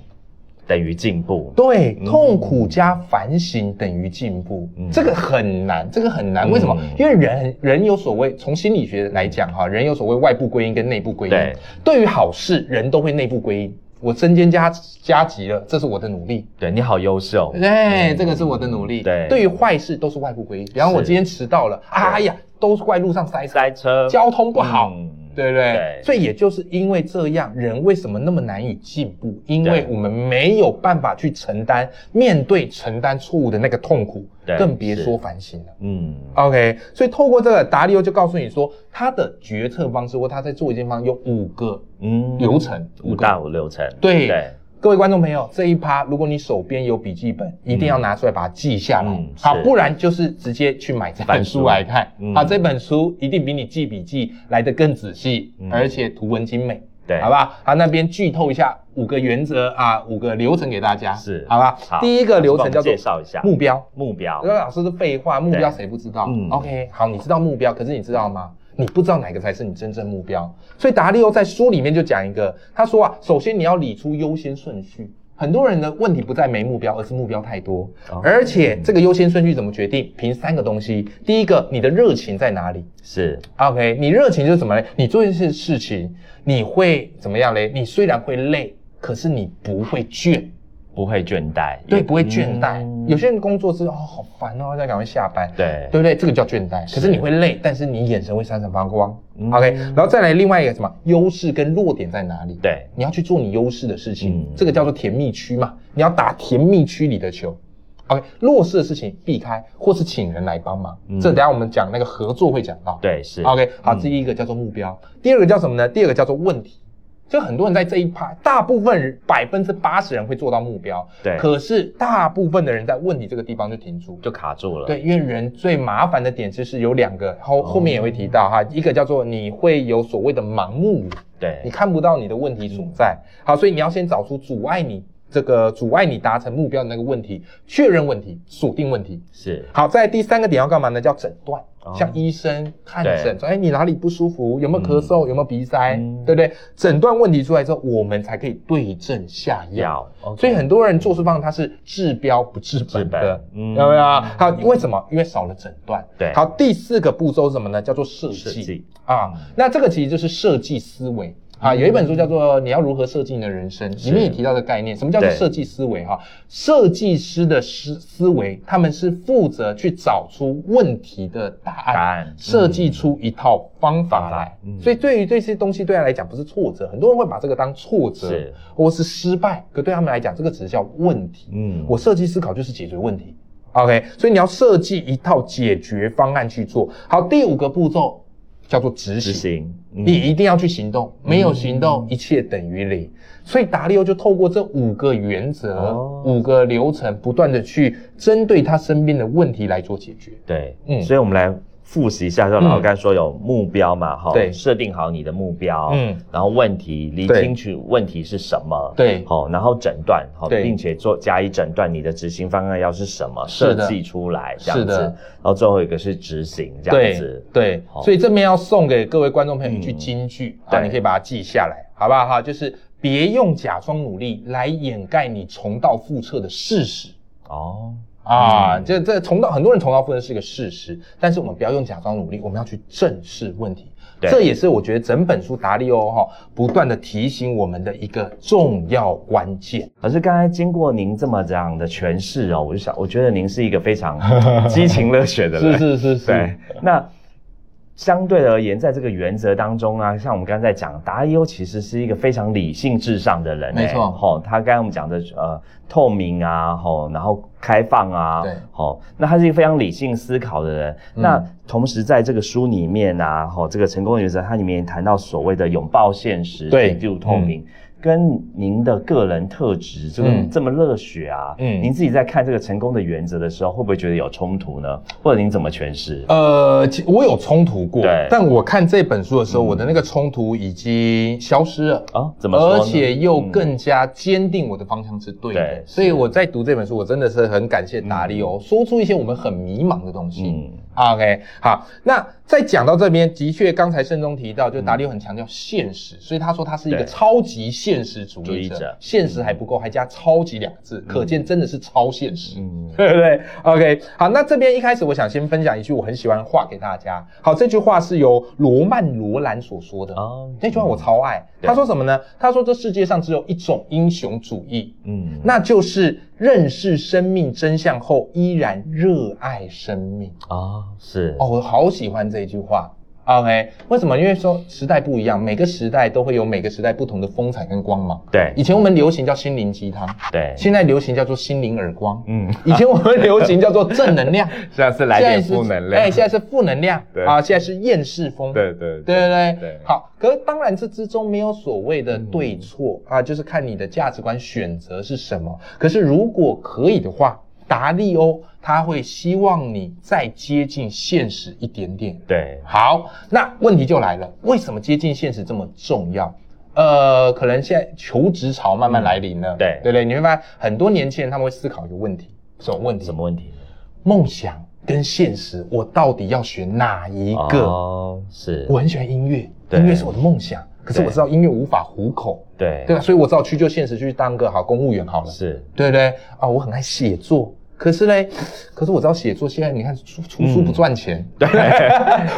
Speaker 1: 等于进步，
Speaker 2: 对，
Speaker 1: 嗯
Speaker 2: 痛苦加反省等于进步，
Speaker 1: 嗯
Speaker 2: 这个很难，这个很难。为什么？
Speaker 1: 嗯
Speaker 2: 因为人人有所谓，从心理学来讲哈，人有所谓外部归因跟内部归因。
Speaker 1: 对，
Speaker 2: 对于好事，人都会内部归因。我增添加加急了，这是我的努力。
Speaker 1: 对你好优秀，
Speaker 2: 对，这个是我的努力。
Speaker 1: 对
Speaker 2: 对于坏事都是外部归因。比方我
Speaker 1: 是
Speaker 2: 今天迟到了，哎呀，都是怪路上塞车，
Speaker 1: 塞车
Speaker 2: 交通不好。
Speaker 1: 嗯
Speaker 2: 对不对？
Speaker 1: 对
Speaker 2: 所以也就是因为这样，人为什么那么难以进步？因为
Speaker 1: 对
Speaker 2: 我们没有办法去承担、面对承担错误的那个痛苦
Speaker 1: 对，
Speaker 2: 更别
Speaker 1: 是
Speaker 2: 说反省了。
Speaker 1: 嗯，
Speaker 2: OK，所以透过这个达利欧就告诉你说，他的决策方式或他在做一件方有五个
Speaker 1: 嗯
Speaker 2: 流程，
Speaker 1: 五
Speaker 2: 个
Speaker 1: 大五六层，
Speaker 2: 对
Speaker 1: 对，
Speaker 2: 各位观众朋友，这一趴，如果你手边有笔记本，一定要拿出来把它记下来，
Speaker 1: 嗯
Speaker 2: 好
Speaker 1: 是，
Speaker 2: 不然就是直接去买这本书来看。
Speaker 1: 嗯
Speaker 2: 好，这本书一定比你记笔记来得更仔细，
Speaker 1: 嗯
Speaker 2: 而且图文精美。
Speaker 1: 对
Speaker 2: 好不好？好，那边剧透一下五个原则啊，五个流程给大家，
Speaker 1: 是
Speaker 2: 好吧？
Speaker 1: 好
Speaker 2: 第一个流程叫
Speaker 1: 老师帮我
Speaker 2: 做
Speaker 1: 们介绍一下
Speaker 2: 目标。
Speaker 1: 目标
Speaker 2: 那，老师是废话，目标
Speaker 1: 对
Speaker 2: 谁不知道？
Speaker 1: 嗯
Speaker 2: 嗯，OK，好，你知道目标，可是你知道吗？你不知道哪个才是你真正目标，所以达利欧在书里面就讲一个，他说啊，首先你要理出优先顺序。很多人的问题不在没目标，而是目标太多。
Speaker 1: 哦
Speaker 2: 而且这个优先顺序怎么决定？凭三个东西。第一个，你的热情在哪里？
Speaker 1: 是
Speaker 2: OK，你热情就是怎么嘞？你做一件事情，你会怎么样嘞？你虽然会累，可是你不会倦，
Speaker 1: 不会倦怠，
Speaker 2: 对，
Speaker 1: 也
Speaker 2: 不会倦怠。
Speaker 1: 嗯
Speaker 2: 有些人工作之后哦好烦哦，要赶快下班，
Speaker 1: 对
Speaker 2: 对不对？这个叫倦怠。可是你会累，但是你眼神会闪闪发光。
Speaker 1: 嗯
Speaker 2: OK，然后再来另外一个什么优势跟弱点在哪里？
Speaker 1: 对
Speaker 2: 你要去做你优势的事情，
Speaker 1: 嗯
Speaker 2: 这个叫做甜蜜区嘛，你要打甜蜜区里的球。OK，弱势的事情避开，或是请人来帮忙。
Speaker 1: 嗯
Speaker 2: 这等一下我们讲那个合作会讲到。
Speaker 1: 对是
Speaker 2: OK，好，
Speaker 1: 嗯
Speaker 2: 这第一个叫做目标，第二个叫什么呢？第二个叫做问题。就很多人在这一趴，大部分人百分之八十人会做到目标，
Speaker 1: 对
Speaker 2: 可是大部分的人在问题这个地方就停住，
Speaker 1: 就卡住了，
Speaker 2: 对，因为人最麻烦的点就是有两个，
Speaker 1: 哦
Speaker 2: 后后面也会提到哈，一个叫做你会有所谓的盲目，你
Speaker 1: 对嗯
Speaker 2: 看不到你的问题所在。好，所以你要先找出阻碍你这个阻碍你达成目标的那个问题，确认问题，锁定问题。
Speaker 1: 是
Speaker 2: 好，在第三个点要干嘛呢？叫诊断
Speaker 1: 哦，
Speaker 2: 像医生看
Speaker 1: 对
Speaker 2: 诊，说哎你哪里不舒服，有没有咳嗽，有没有鼻塞
Speaker 1: 嗯，
Speaker 2: 对不对？诊断问题出来之后，我们才可以对症下药。
Speaker 1: 要，OK 哦
Speaker 2: 所以很多人做事方他是治标不治
Speaker 1: 治
Speaker 2: 本的
Speaker 1: 本，嗯
Speaker 2: 有没有？好，为什么？因为少了诊断。
Speaker 1: 对
Speaker 2: 好，第四个步骤是什么呢？叫做设
Speaker 1: 设
Speaker 2: 计。
Speaker 1: 计
Speaker 2: 啊，
Speaker 1: 嗯
Speaker 2: 那这个其实就是设计思维。啊，有一本书叫做《你要如何设计你的人生》，里面也提到这个概念，什么叫做
Speaker 1: 对
Speaker 2: 设计思维？哈，设计师的思思维，他们是负责去找出问题的答案，
Speaker 1: 答案
Speaker 2: 设计出一套方法来。
Speaker 1: 嗯
Speaker 2: 所以对于这些东西，对他来讲不是挫折，很多人会把这个当挫折
Speaker 1: 是
Speaker 2: 或是失败，可对他们来讲，这个只是叫问题。
Speaker 1: 嗯
Speaker 2: 我设计思考就是解决问题。OK，所以你要设计一套解决方案去做好。第五个步骤叫做执
Speaker 1: 执
Speaker 2: 行，
Speaker 1: 行，嗯
Speaker 2: 你一定要去行动，没有行动，一切等于零。所以达利欧就透过这五个原则、
Speaker 1: 哦
Speaker 2: 五个流程，不断的去针对他身边的问题来做解决。
Speaker 1: 对，
Speaker 2: 嗯
Speaker 1: 所以我们来复习一下，就老师刚才说有目标嘛，哈、
Speaker 2: 对
Speaker 1: 设定好你的目标，嗯
Speaker 2: 嗯，
Speaker 1: 然后问题理
Speaker 2: 对
Speaker 1: 清楚问题是什么，
Speaker 2: 对
Speaker 1: 好，然后诊断，好，
Speaker 2: 对
Speaker 1: 并且做加以诊断，你的执行方案要是什么，设
Speaker 2: 是的
Speaker 1: 计出来这样
Speaker 2: 是
Speaker 1: 子，
Speaker 2: 的
Speaker 1: 然后最后一个是执行这样子，
Speaker 2: 对
Speaker 1: 好，
Speaker 2: 所以这边要送给各位观众朋友一句
Speaker 1: 嗯
Speaker 2: 金句、啊，
Speaker 1: 对
Speaker 2: 你可以把它记下来，好不好？哈，就是别用假装努力来掩盖你重蹈覆辙的事实。
Speaker 1: 哦，
Speaker 2: 啊，
Speaker 1: 嗯
Speaker 2: 这这重蹈很多人重蹈覆辙是一个事实，但是我们不要用假装努力，我们要去正视问题。
Speaker 1: 对
Speaker 2: 这也是我觉得整本书达利欧哈、不断的提醒我们的一个重要关键。
Speaker 1: 可是刚才经过您这么这样的诠释哦，我就 <laughs> 想，我觉得您是一个非常激情热血的人，
Speaker 2: 是是是
Speaker 1: 对，那相对而言，在这个原则当中啊，像我们刚才在讲，达利欧其实是一个非常理性至上的人、欸，
Speaker 2: 没错
Speaker 1: 吼、他刚才我们讲的呃透明啊，吼、然后开放啊，
Speaker 2: 对
Speaker 1: 吼、那他是一个非常理性思考的人。
Speaker 2: 嗯
Speaker 1: 那同时在这个书里面啊，吼、这个成功原则它里面也谈到所谓的拥抱现实，
Speaker 2: 对
Speaker 1: 就透明。跟您的个人特质这么、
Speaker 2: 嗯
Speaker 1: 这么热血啊，
Speaker 2: 嗯
Speaker 1: 您自己在看这个成功的原则的时候，会不会觉得有冲突呢？或者您怎么诠释？
Speaker 2: 呃，其我有冲突过
Speaker 1: 对，
Speaker 2: 但我看这本书的时候，我的那个冲突已经消失了。
Speaker 1: 啊，怎么说
Speaker 2: 而
Speaker 1: 呢？
Speaker 2: 且又
Speaker 1: 嗯
Speaker 2: 更加坚定我的方向是对的，
Speaker 1: 对
Speaker 2: 所以我在读这本书，我真的是很感谢达利欧，说出一些我们很迷茫的东西。
Speaker 1: 嗯
Speaker 2: OK，好，那在讲到这边，的确，刚才慎中提到，就达利欧很强调现实，所以他说他是一个
Speaker 1: 嗯对
Speaker 2: 超级现实主
Speaker 1: 主
Speaker 2: 义
Speaker 1: 义
Speaker 2: 者，
Speaker 1: 者
Speaker 2: 现实还不够，还加“超级”两个字，可见真的是超现实。
Speaker 1: 嗯
Speaker 2: 对不对？OK，好，那这边一开始我想先分享一句我很喜欢的话给大家。好，这句话是由罗曼·罗兰所说的，
Speaker 1: 哦
Speaker 2: 那句话我超爱。
Speaker 1: 对
Speaker 2: 他说什么呢？他说这世界上只有一种英雄主义，
Speaker 1: 嗯
Speaker 2: 那就是认识生命真相后依然热爱生命。
Speaker 1: 啊是
Speaker 2: 哦，我好喜欢这一句话。OK，为什么？因为说时代不一样，每个时代都会有每个时代不同的风采跟光芒。
Speaker 1: 对
Speaker 2: 以前我们流行叫心灵鸡汤，
Speaker 1: 对
Speaker 2: 现在流行叫做心灵耳光。
Speaker 1: 嗯
Speaker 2: 以前我们流行叫做正能量，
Speaker 3: 现在是 <laughs> 来点负能量。
Speaker 2: 哎，现在是负能量，
Speaker 3: 对
Speaker 2: 啊，现在是厌世风，
Speaker 3: 对对
Speaker 2: 对对对
Speaker 3: 对
Speaker 2: 好，可是当然这之中没有所谓
Speaker 1: 嗯
Speaker 2: 的对错、啊，就是看你的价值观选择是什么。可是如果可以的话，达利欧他会希望你再接近现实一点点。
Speaker 1: 对
Speaker 2: 好，那问题就来了，为什么接近现实这么重要？呃，可能现在求职潮慢慢来临了，
Speaker 1: 嗯对
Speaker 2: 对不对？你会发现很多年轻人他们会思考一个问题，什么问题？
Speaker 1: 什么问题？
Speaker 2: 梦想跟现实，我到底要选哪一个？
Speaker 1: 哦是
Speaker 2: 我很喜欢音乐，
Speaker 1: 对
Speaker 2: 音乐是我的梦想，可是我知道音乐无法糊口，
Speaker 1: 对
Speaker 2: 对吧？啊所以我只好去就现实去当个好公务员好了，
Speaker 1: 是
Speaker 2: 对不对？啊，我很爱写作。可是嘞，可是我知道写作现在你看出出书
Speaker 1: 嗯
Speaker 2: 不赚钱，
Speaker 1: <laughs>
Speaker 2: 对，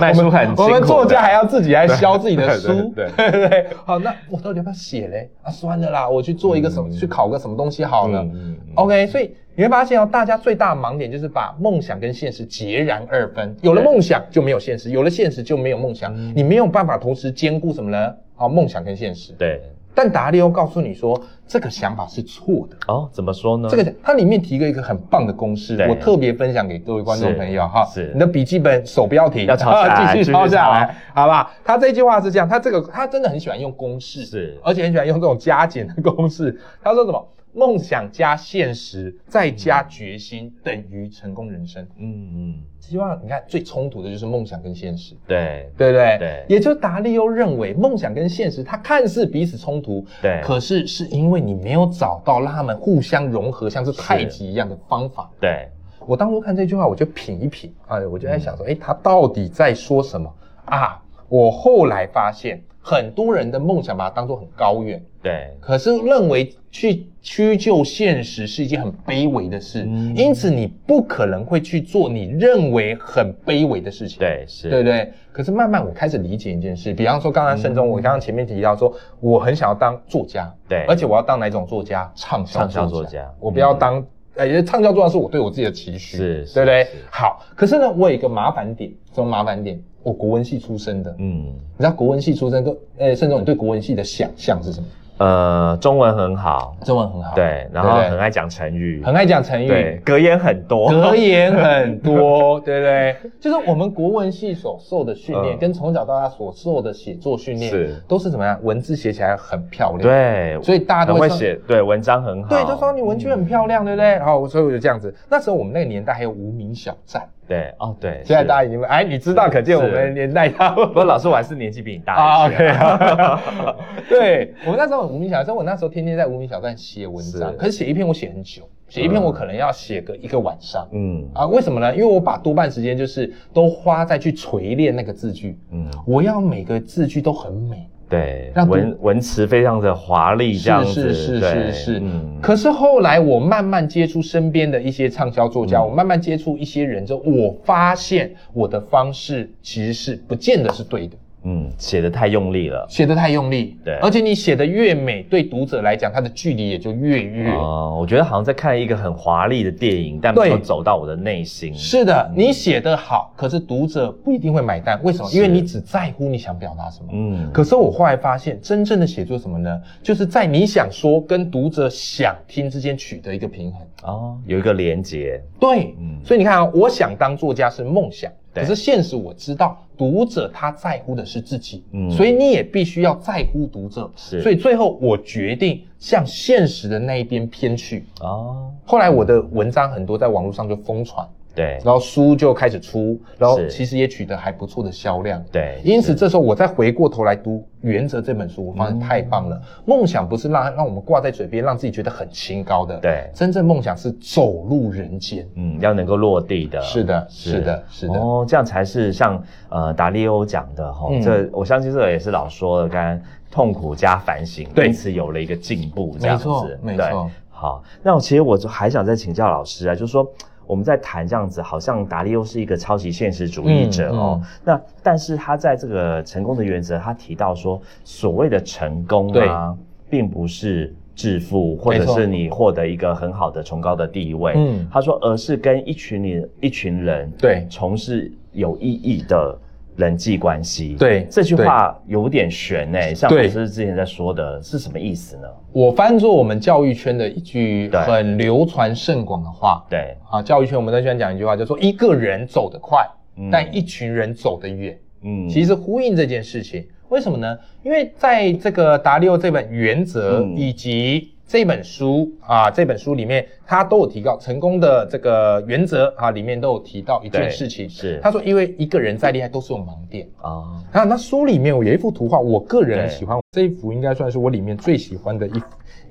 Speaker 3: 卖书很辛苦
Speaker 2: 我们作
Speaker 3: 的
Speaker 2: 家还要自己来销自己的书，
Speaker 3: 对
Speaker 2: 对不 <laughs> 对？好，那我到底要不要写嘞？啊，算了啦，我去做一个什么，去考个什么东西好了。
Speaker 3: 嗯嗯
Speaker 2: OK，所以你会发现哦，大家最大的盲点就是把梦想跟现实截然二分。有了梦想就没有现实，有了现实就没有梦想，
Speaker 3: 嗯
Speaker 2: 你没有办法同时兼顾什么呢？啊，梦想跟现实。
Speaker 1: 对
Speaker 2: 但达利欧告诉你说，这个想法是错的。
Speaker 1: 哦怎么说呢？
Speaker 2: 这个它里面提了一个很棒的公式
Speaker 1: 对，
Speaker 2: 我特别分享给各位观众
Speaker 1: 是
Speaker 2: 朋友哈。
Speaker 1: 是
Speaker 2: 你的笔记本手不要停，
Speaker 1: 要抄下来
Speaker 2: 继
Speaker 1: 继
Speaker 2: 续
Speaker 1: 续
Speaker 2: 抄下
Speaker 1: 抄
Speaker 2: 来，好不好？他这句话是这样，他这个他真的很喜欢用公式，
Speaker 1: 是
Speaker 2: 而且很喜欢用这种加减的公式。他说什么？梦想加现实，再加决心，等于成功人生。
Speaker 1: 嗯嗯
Speaker 2: 希望你看最冲突的就是梦想跟现实。
Speaker 1: 对
Speaker 2: 对不对？
Speaker 1: 对
Speaker 2: 也就是达利欧认为梦想跟现实，它看似彼此冲突，
Speaker 1: 对
Speaker 2: 可是是因为你没有找到让他们互相融合，像是太极一样的方法。
Speaker 1: 对
Speaker 2: 我当初看这句话，我就品一品，哎，我就在
Speaker 1: 嗯
Speaker 2: 想说，哎、他到底在说什么啊？我后来发现，很多人的梦想把它当做很高远，
Speaker 1: 对
Speaker 2: 可是认为去屈就现实是一件很卑微的事，
Speaker 1: 嗯
Speaker 2: 因此你不可能会去做你认为很卑微的事情。
Speaker 1: 对是
Speaker 2: 对不对？可是慢慢我开始理解一件事，比方说刚才盛中，我刚刚前面提到说，我很想要当作家，
Speaker 1: 嗯对
Speaker 2: 而且我要当哪种作家？畅销
Speaker 1: 畅销
Speaker 2: 作
Speaker 1: 作家嗯
Speaker 2: 我不要当，呃、因为畅销作家是我对我自己的期许，
Speaker 1: 是是
Speaker 2: 对不对
Speaker 1: 是？
Speaker 2: 好，可是呢，我有一个麻烦点，什么麻烦点？我国文系出身的，你
Speaker 1: 嗯
Speaker 2: 知道国文系出身都，呃，盛中，你对国文系的想象是什么？
Speaker 1: 呃中文很好
Speaker 2: 中文很好，
Speaker 1: 对，然
Speaker 2: 对
Speaker 1: 后
Speaker 2: 不对
Speaker 1: 很爱讲成语，
Speaker 2: 很爱讲成
Speaker 1: 对
Speaker 2: 语。
Speaker 1: 格言很多，
Speaker 2: <laughs> 格言很多，对
Speaker 1: <laughs>
Speaker 2: 不对？就是我们国文系所受的训练，
Speaker 3: 嗯
Speaker 2: 跟从小到大所受的写作训练，
Speaker 3: 是
Speaker 2: 都是怎么样？文字写起来很漂亮，，
Speaker 1: 对，
Speaker 2: 所以大家都
Speaker 1: 很会
Speaker 2: 会说。
Speaker 1: 写，对文章很好，嗯
Speaker 2: 对，就说你文具很漂亮，对不对？然后所以我就这样子。那时候我们那个年代还有无名小站，
Speaker 1: 对哦对，
Speaker 2: 现在
Speaker 1: 是
Speaker 2: 大家已经哎，你知道，可见我们的年代他们
Speaker 1: 不过老师我还是年纪比你大
Speaker 2: 啊
Speaker 1: 一些
Speaker 2: ，OK
Speaker 1: 啊，
Speaker 2: 啊。 <laughs> 对我们那时候有无名小站，我那时候天天在无名小站写文章，
Speaker 1: 是
Speaker 2: 可是写一篇我写很久，写一篇
Speaker 1: 嗯
Speaker 2: 我可能要写个一个晚上。
Speaker 1: <laughs> 嗯
Speaker 2: 啊，为什么呢？因为我把多半时间就是都花在去锤炼那个字句，
Speaker 1: 嗯，
Speaker 2: 我要每个字句都很美。
Speaker 1: 对
Speaker 2: 让，读
Speaker 1: 文文词非常的华丽，这样子，
Speaker 2: 是是是
Speaker 1: 对
Speaker 2: 是是，
Speaker 1: 嗯
Speaker 2: 可是后来我慢慢接触身边的一些畅销作
Speaker 1: 嗯
Speaker 2: 家，我慢慢接触一些人之后，我发现我的方式其实是不见得是对的。
Speaker 1: 嗯，写的太用力了。
Speaker 2: 写的太用力，
Speaker 1: 对
Speaker 2: 而且你写的越美，对读者来讲，它的距离也就越远。
Speaker 1: 哦，我觉得好像在看一个很华丽的电影，但没
Speaker 2: 嗯对
Speaker 1: 有走到我的内心。
Speaker 2: 是的，你写的好，可是读者不一定会买单。为什么？
Speaker 1: 是
Speaker 2: 因为你只在乎你想表达什么。
Speaker 1: 嗯，
Speaker 2: 可是我后来发现，真正的写作是什么呢？就是在你想说跟读者想听之间取得一个平衡。
Speaker 1: 哦，有一个连接，
Speaker 2: 对，
Speaker 1: 嗯
Speaker 2: 所以你看啊，我想当作家是梦想，
Speaker 1: 对
Speaker 2: 可是现实我知道，读者他在乎的是自己，
Speaker 1: 嗯
Speaker 2: 所以你也必须要在乎读者。
Speaker 1: 是
Speaker 2: 所以最后我决定向现实的那一边偏去。
Speaker 1: 哦，
Speaker 2: 后来我的文章很多在网络上就疯传，
Speaker 1: 对
Speaker 2: 然后书就开始出，然后
Speaker 1: 嗯是
Speaker 2: 其实也取得还不错的销量。
Speaker 1: 对，
Speaker 2: 因此，这时候我再回过头来读《原则》这本书，我发现太棒了。
Speaker 1: 嗯
Speaker 2: 梦想不是让让我们挂在嘴边，让自己觉得很清高的。
Speaker 1: 对
Speaker 2: 真正梦想是走入人间。
Speaker 1: 嗯，要能够落地的。
Speaker 2: 是的，
Speaker 1: 是
Speaker 2: 是的，是的。
Speaker 1: 哦，这样才是像呃达利欧讲的哈、
Speaker 2: 嗯
Speaker 1: 这我相信这个也是老说的，刚刚痛苦加反省，
Speaker 2: 对
Speaker 1: 因此有了一个进步，这样子，
Speaker 2: 没错没
Speaker 1: 对
Speaker 2: 错。
Speaker 1: 好，那我其实我就还想再请教老师啊，就是说我们在谈这样子，好像达利欧是一个超级现实主义者
Speaker 2: 嗯嗯
Speaker 1: 哦，那但是他在这个成功的原则，他提到说，所谓的成功
Speaker 2: 对
Speaker 1: 啊，并不是。致富，或者
Speaker 2: 没错
Speaker 1: 是你获得一个很好的崇高的地位，
Speaker 2: 嗯
Speaker 1: 他说，而是跟一群人一群人
Speaker 2: 对
Speaker 1: 从事有意义的人际关系。
Speaker 2: 对
Speaker 1: 这句话有点悬哎、像老
Speaker 2: 对
Speaker 1: 师之前在说的是什么意思呢？
Speaker 2: 我翻作我们教育圈的一句
Speaker 1: 对
Speaker 2: 很流传甚广的话
Speaker 1: 对，
Speaker 2: 啊，教育圈我们在喜欢讲一句话，叫做“一个人走得快
Speaker 1: 嗯，
Speaker 2: 但一群人走得远”。
Speaker 1: 嗯
Speaker 2: 其实呼应这件事情，为什么呢？因为在这个达利欧这本《原则》
Speaker 1: 嗯
Speaker 2: 以及这本书啊，这本书里面，他都有提到成功的这个原则啊，里面都有提到一
Speaker 1: 对
Speaker 2: 件事情，
Speaker 1: 是
Speaker 2: 他说，因为一个人再厉害都是有盲点。
Speaker 1: 啊，
Speaker 2: 那那书里面我有一幅图画，我个人
Speaker 1: 对
Speaker 2: 很喜欢这一幅，应该算是我里面最喜欢的一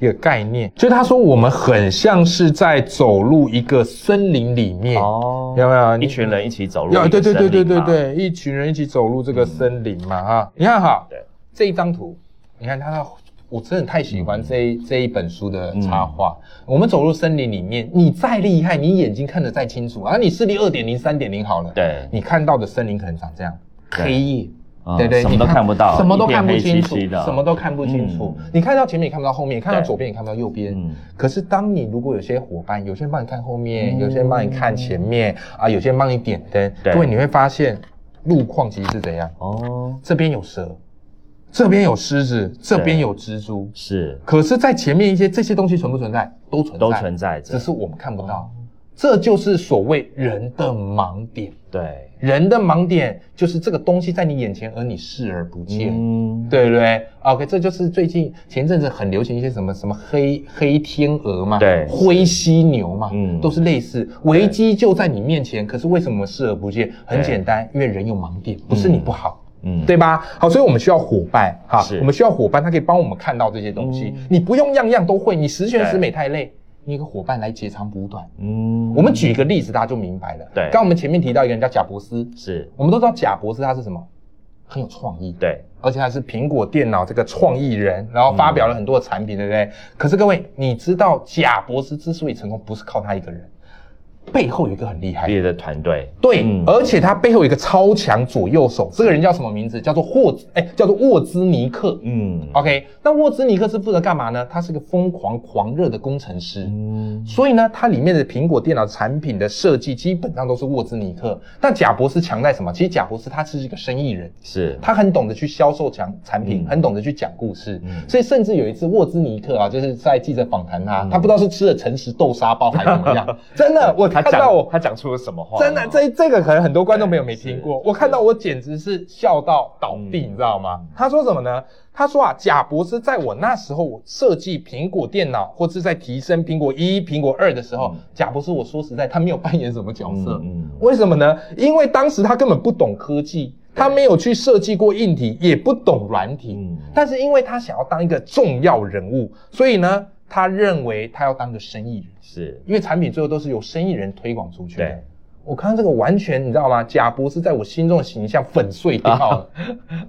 Speaker 2: 一个概念，就是他说我们很像是在走入一个森林里面，
Speaker 1: 哦
Speaker 2: 有没有？
Speaker 1: 一
Speaker 2: 你
Speaker 1: 群人一起走路，
Speaker 2: 要
Speaker 1: 一
Speaker 2: 对
Speaker 1: 个
Speaker 2: 对对对
Speaker 1: 森林
Speaker 2: 对
Speaker 1: 嘛，
Speaker 2: 对，一群人一起走入这个森林嘛哈。你看哈
Speaker 1: 对，
Speaker 2: 这一张图，你看它，我真的太喜欢这一这一本书的
Speaker 1: 嗯
Speaker 2: 插画。我们走入森林里面，你再厉害，你眼睛看得再清楚，啊，你视力二点零、三点零好了，
Speaker 1: 对
Speaker 2: 你看到的森林可能长这样，
Speaker 1: 对
Speaker 2: 黑夜。
Speaker 1: 啊
Speaker 2: 对对，
Speaker 1: 什么
Speaker 2: 你
Speaker 1: 都看不到
Speaker 2: 什么都
Speaker 1: 一片
Speaker 2: 看不
Speaker 1: 黑漆
Speaker 2: 清楚，
Speaker 1: 漆的
Speaker 2: 什么都看不清楚
Speaker 1: 嗯。
Speaker 2: 你看到前面，也看不到后面；看到
Speaker 1: 对
Speaker 2: 左边，也看不到右边。
Speaker 1: 嗯
Speaker 2: 可是，当你如果有些伙伴，有些人帮你看后面，有些人帮你看前面，啊，有些人帮你点灯，
Speaker 1: 对
Speaker 2: 各位你会发现路况其实是怎样？
Speaker 1: 哦，
Speaker 2: 这边有蛇，这边有狮子，这边有蜘蛛。
Speaker 1: 是
Speaker 2: 可是，在前面一些这些东西存不存在？都存在，
Speaker 1: 都存在着
Speaker 2: 只，是我们看不到。这就是所谓人的盲点。
Speaker 1: 对，
Speaker 2: 人的盲点就是这个东西在你眼前，而你视而不见。
Speaker 1: 嗯，
Speaker 2: 对不对？OK，这就是最近前阵子很流行一些什么什么黑黑天鹅嘛，
Speaker 1: 对
Speaker 2: 灰犀牛嘛，
Speaker 1: 嗯
Speaker 2: 都是类似危机就在你面前，可是为什么视而不见？很简单，因为人有盲点，不是你不好。
Speaker 1: 嗯，
Speaker 2: 对吧？好，所以我们需要伙伴哈
Speaker 1: 是，
Speaker 2: 我们需要伙伴，他可以帮我们看到这些东西。
Speaker 1: 嗯
Speaker 2: 你不用样样都会，你十全十
Speaker 1: 对
Speaker 2: 美太累，你有个伙伴来截长补短。
Speaker 1: 嗯，
Speaker 2: 我们举一个例子，大家就明白了。
Speaker 1: 对
Speaker 2: 刚刚我们前面提到一个人叫贾伯斯，
Speaker 1: 是，
Speaker 2: 我们都知道贾伯斯他是什么，很有创意，
Speaker 1: 对，
Speaker 2: 而且他是苹果电脑这个创意人，然后发表了很多的产品，对不对？可是各位，你知道贾伯斯之所以成功，不是靠他一个人，背后有一个很厉害的
Speaker 1: 别的团队，
Speaker 2: 对，
Speaker 1: 嗯
Speaker 2: 而且他背后有一个超强左右手，这个人叫什么名字？叫做霍兹，哎，叫做沃兹尼克。
Speaker 1: 嗯，
Speaker 2: OK，那沃兹尼克是负责干嘛呢？他是个疯狂狂热的工程师。
Speaker 1: 嗯，
Speaker 2: 所以呢，它里面的苹果电脑产品的设计基本上都是沃兹尼克。但贾博士强在什么？其实贾博士他是一个生意人，
Speaker 1: 是，
Speaker 2: 他很懂得去销售产产品，
Speaker 1: 嗯
Speaker 2: 很懂得去讲故事，
Speaker 1: 嗯
Speaker 2: 所以甚至有一次沃兹尼克啊，就是在记者访谈他，他不知道是吃了诚实豆沙包还是怎么样，真的，我
Speaker 3: 他
Speaker 2: 看
Speaker 3: 讲
Speaker 2: 到我
Speaker 3: 他讲出了什么话？
Speaker 2: 真的，这这个可能很多观众朋友没
Speaker 1: 对
Speaker 2: 听
Speaker 1: 是
Speaker 2: 过，我看到我简直是笑到倒地，
Speaker 1: 嗯
Speaker 2: 你知道吗？他说什么呢？他说啊，贾博士在我那时候我设计苹果电脑或是在提升苹果一、苹果二的时候
Speaker 1: 嗯，
Speaker 2: 贾博士我说实在他没有扮演什么角色，
Speaker 1: 嗯嗯
Speaker 2: 为什么呢？因为当时他根本不懂科技。他没有去设计过硬体，也不懂软体，
Speaker 1: 嗯
Speaker 2: 但是因为他想要当一个重要人物，所以呢，他认为他要当个生意人。
Speaker 1: 是，
Speaker 2: 因为产品最后都是由生意人推广出去的
Speaker 1: 对。
Speaker 2: 我看到这个完全，你知道吗？贾博士在我心中的形象粉碎掉
Speaker 1: 啊
Speaker 2: 了，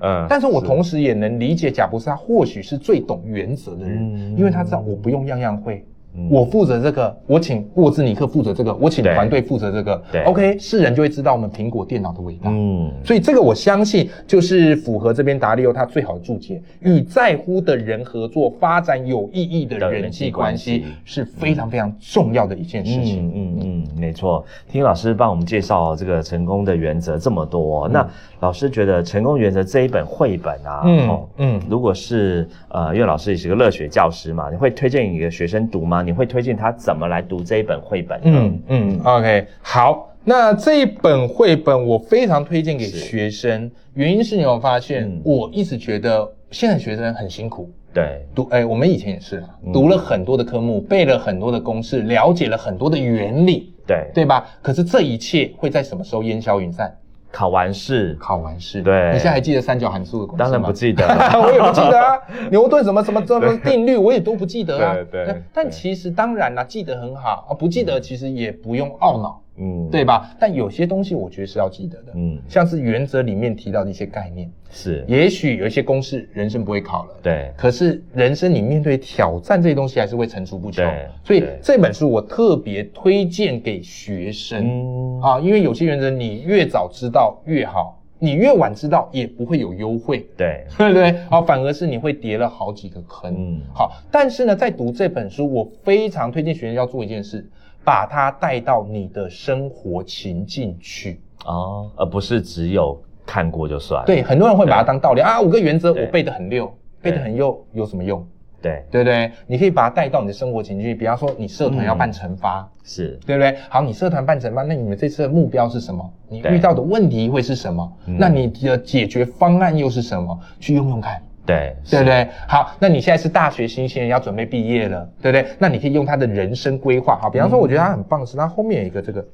Speaker 3: 嗯
Speaker 2: <laughs> 但是我同时也能理解贾博士，他或许是最懂原则的人，
Speaker 1: 嗯
Speaker 2: 因为他知道我不用样样会，我负责这个，我请沃兹尼克负责这个，我请
Speaker 1: 对
Speaker 2: 团队负责这个
Speaker 1: 对。
Speaker 2: OK，世人就会知道我们苹果电脑的伟大。
Speaker 1: 嗯，
Speaker 2: 所以这个我相信就是符合这边达利欧他最好的注解：与在乎的人合作，发展有意义的人际关系是非常非常重要的一件事情。
Speaker 1: 嗯嗯嗯，没错。听老师帮我们介绍这个成功的原则这么多哦、
Speaker 2: 嗯
Speaker 1: 那老师觉得《成功原则》这一本绘本啊，嗯、
Speaker 2: 嗯嗯，
Speaker 1: 如果是呃，因为老师也是个乐学教师嘛，你会推荐你的学生读吗？你会推荐他怎么来读这一本绘本呢？
Speaker 2: 嗯嗯，OK，好。那这一本绘本我非常推荐给学生，原因是你有没有发现，
Speaker 1: 嗯
Speaker 2: 我一直觉得现在学生很辛苦。
Speaker 1: 对，
Speaker 2: 读哎、我们以前也是啊
Speaker 1: 嗯，
Speaker 2: 读了很多的科目，背了很多的公式，了解了很多的原理，
Speaker 1: 对，
Speaker 2: 对吧？可是这一切会在什么时候烟消云散？
Speaker 1: 考完试
Speaker 2: 考完试。
Speaker 1: 对
Speaker 2: 你现在还记得三角函数的公式吗？
Speaker 1: 当然不记得
Speaker 2: <laughs>
Speaker 1: 了。
Speaker 2: 我也不记
Speaker 1: <laughs>
Speaker 2: 得啊，牛顿什么什么什么定律，我也都不记得啊。
Speaker 3: 对对
Speaker 2: 但
Speaker 3: 对
Speaker 2: 其实当然啦，记得很好啊，不记得其实也不用懊恼，
Speaker 1: 嗯，
Speaker 2: 对，吧？但有些东西我觉得是要记得的，
Speaker 1: 嗯，
Speaker 2: 像是原则里面提到的一些概念，
Speaker 1: 是，
Speaker 2: 也许有一些公式人生不会考了，
Speaker 1: 对，
Speaker 2: 可是人生你面对挑战这些东西还是会层出不穷
Speaker 1: 对，
Speaker 2: 所以
Speaker 1: 对
Speaker 2: 这本书我特别推荐给学生、
Speaker 1: 嗯，
Speaker 2: 啊，因为有些原则你越早知道越好，你越晚知道也不会有优惠，
Speaker 1: 对，
Speaker 2: <laughs> 对不对？啊，反而是你会跌了好几个坑。
Speaker 1: 嗯
Speaker 2: 好，但是呢，在读这本书，我非常推荐学生要做一件事，把它带到你的生活情境去。
Speaker 1: 哦，而不是只有看过就算。
Speaker 2: 对，很多人会把它当道理啊，五个原则
Speaker 1: 对
Speaker 2: 我背得很溜，背
Speaker 1: 对
Speaker 2: 得很溜有什么用？
Speaker 1: 对，
Speaker 2: 对不对？你可以把它带到你的生活情境，比方说你社
Speaker 1: 嗯
Speaker 2: 团要办惩罚，
Speaker 1: 是，
Speaker 2: 对不对？好，你社团办惩罚，那你们这次的目标是什么？你
Speaker 1: 对
Speaker 2: 遇到的问题会是什么？
Speaker 1: 嗯
Speaker 2: 那你的解决方案又是什么？去用用看。
Speaker 1: 对，
Speaker 2: 对
Speaker 1: 是
Speaker 2: 不对？好，那你现在是大学新鲜人，要准备毕业了，对不对？那你可以用他的人生规划，好，比方说，我觉得他很棒的是，他后面有一个这个，
Speaker 1: 嗯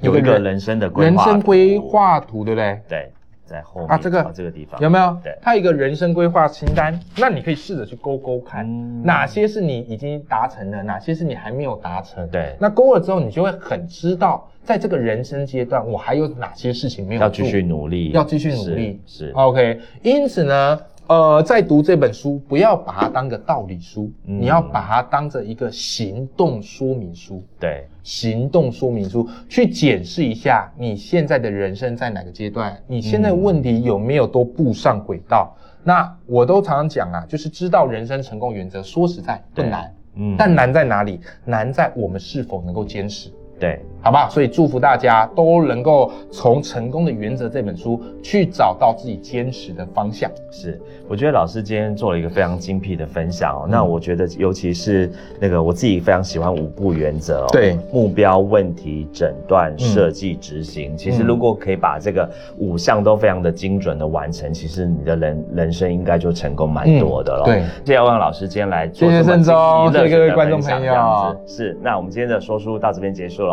Speaker 1: 有一个人生的规
Speaker 2: 人
Speaker 1: 划，
Speaker 2: 生规，划图，对不对？
Speaker 1: 对，在后面
Speaker 2: 啊这个
Speaker 1: 这个地方
Speaker 2: 有没有
Speaker 1: 对？
Speaker 2: 他有一个人生规划清单，那你可以试着去勾勾看，
Speaker 1: 嗯
Speaker 2: 哪些是你已经达成了，哪些是你还没有达成。
Speaker 1: 对
Speaker 2: 那勾了之后，你就会很知道，在这个人生阶段，我还有哪些事情没有
Speaker 1: 要继
Speaker 2: 做
Speaker 1: 续努力，
Speaker 2: 要继续努力哦
Speaker 1: 是，是
Speaker 2: OK，因此呢，呃，在读这本书，不要把它当个道理书，
Speaker 1: 嗯
Speaker 2: 你要把它当着一个行动说明书。
Speaker 1: 对，
Speaker 2: 行动说明书去检视一下你现在的人生在哪个阶段，你现在问题有没有都步上轨道？
Speaker 1: 嗯
Speaker 2: 那我都常常讲啊，就是知道人生成功原则，说实在不
Speaker 1: 对
Speaker 2: 难，
Speaker 1: 嗯
Speaker 2: 但难在哪里？难在我们是否能够坚持。
Speaker 1: 对，
Speaker 2: 好吧，所以祝福大家都能够从《成功的原则》这本书去找到自己坚持的方向。
Speaker 1: 是，我觉得老师今天做了一个非常精辟的分享
Speaker 2: 嗯
Speaker 1: 哦。那我觉得，尤其是那个我自己非常喜欢五步原则哦，
Speaker 2: 对
Speaker 1: 目标、问题、诊断、设计、执
Speaker 2: 嗯
Speaker 1: 行。其实如果可以把这个五项都非常的精准的完成，其实你的人人生应该就成功蛮多的了。
Speaker 2: 嗯对，
Speaker 1: 谢谢汪老师今天来做
Speaker 2: 谢谢
Speaker 1: 这么
Speaker 2: 盛
Speaker 1: 精
Speaker 2: 宗
Speaker 1: 辟热
Speaker 2: 谢谢各位
Speaker 1: 血的
Speaker 2: 观众
Speaker 1: 分享
Speaker 2: 朋
Speaker 1: 这样
Speaker 2: 友
Speaker 1: 子是，那我们今天的说书到这边结束了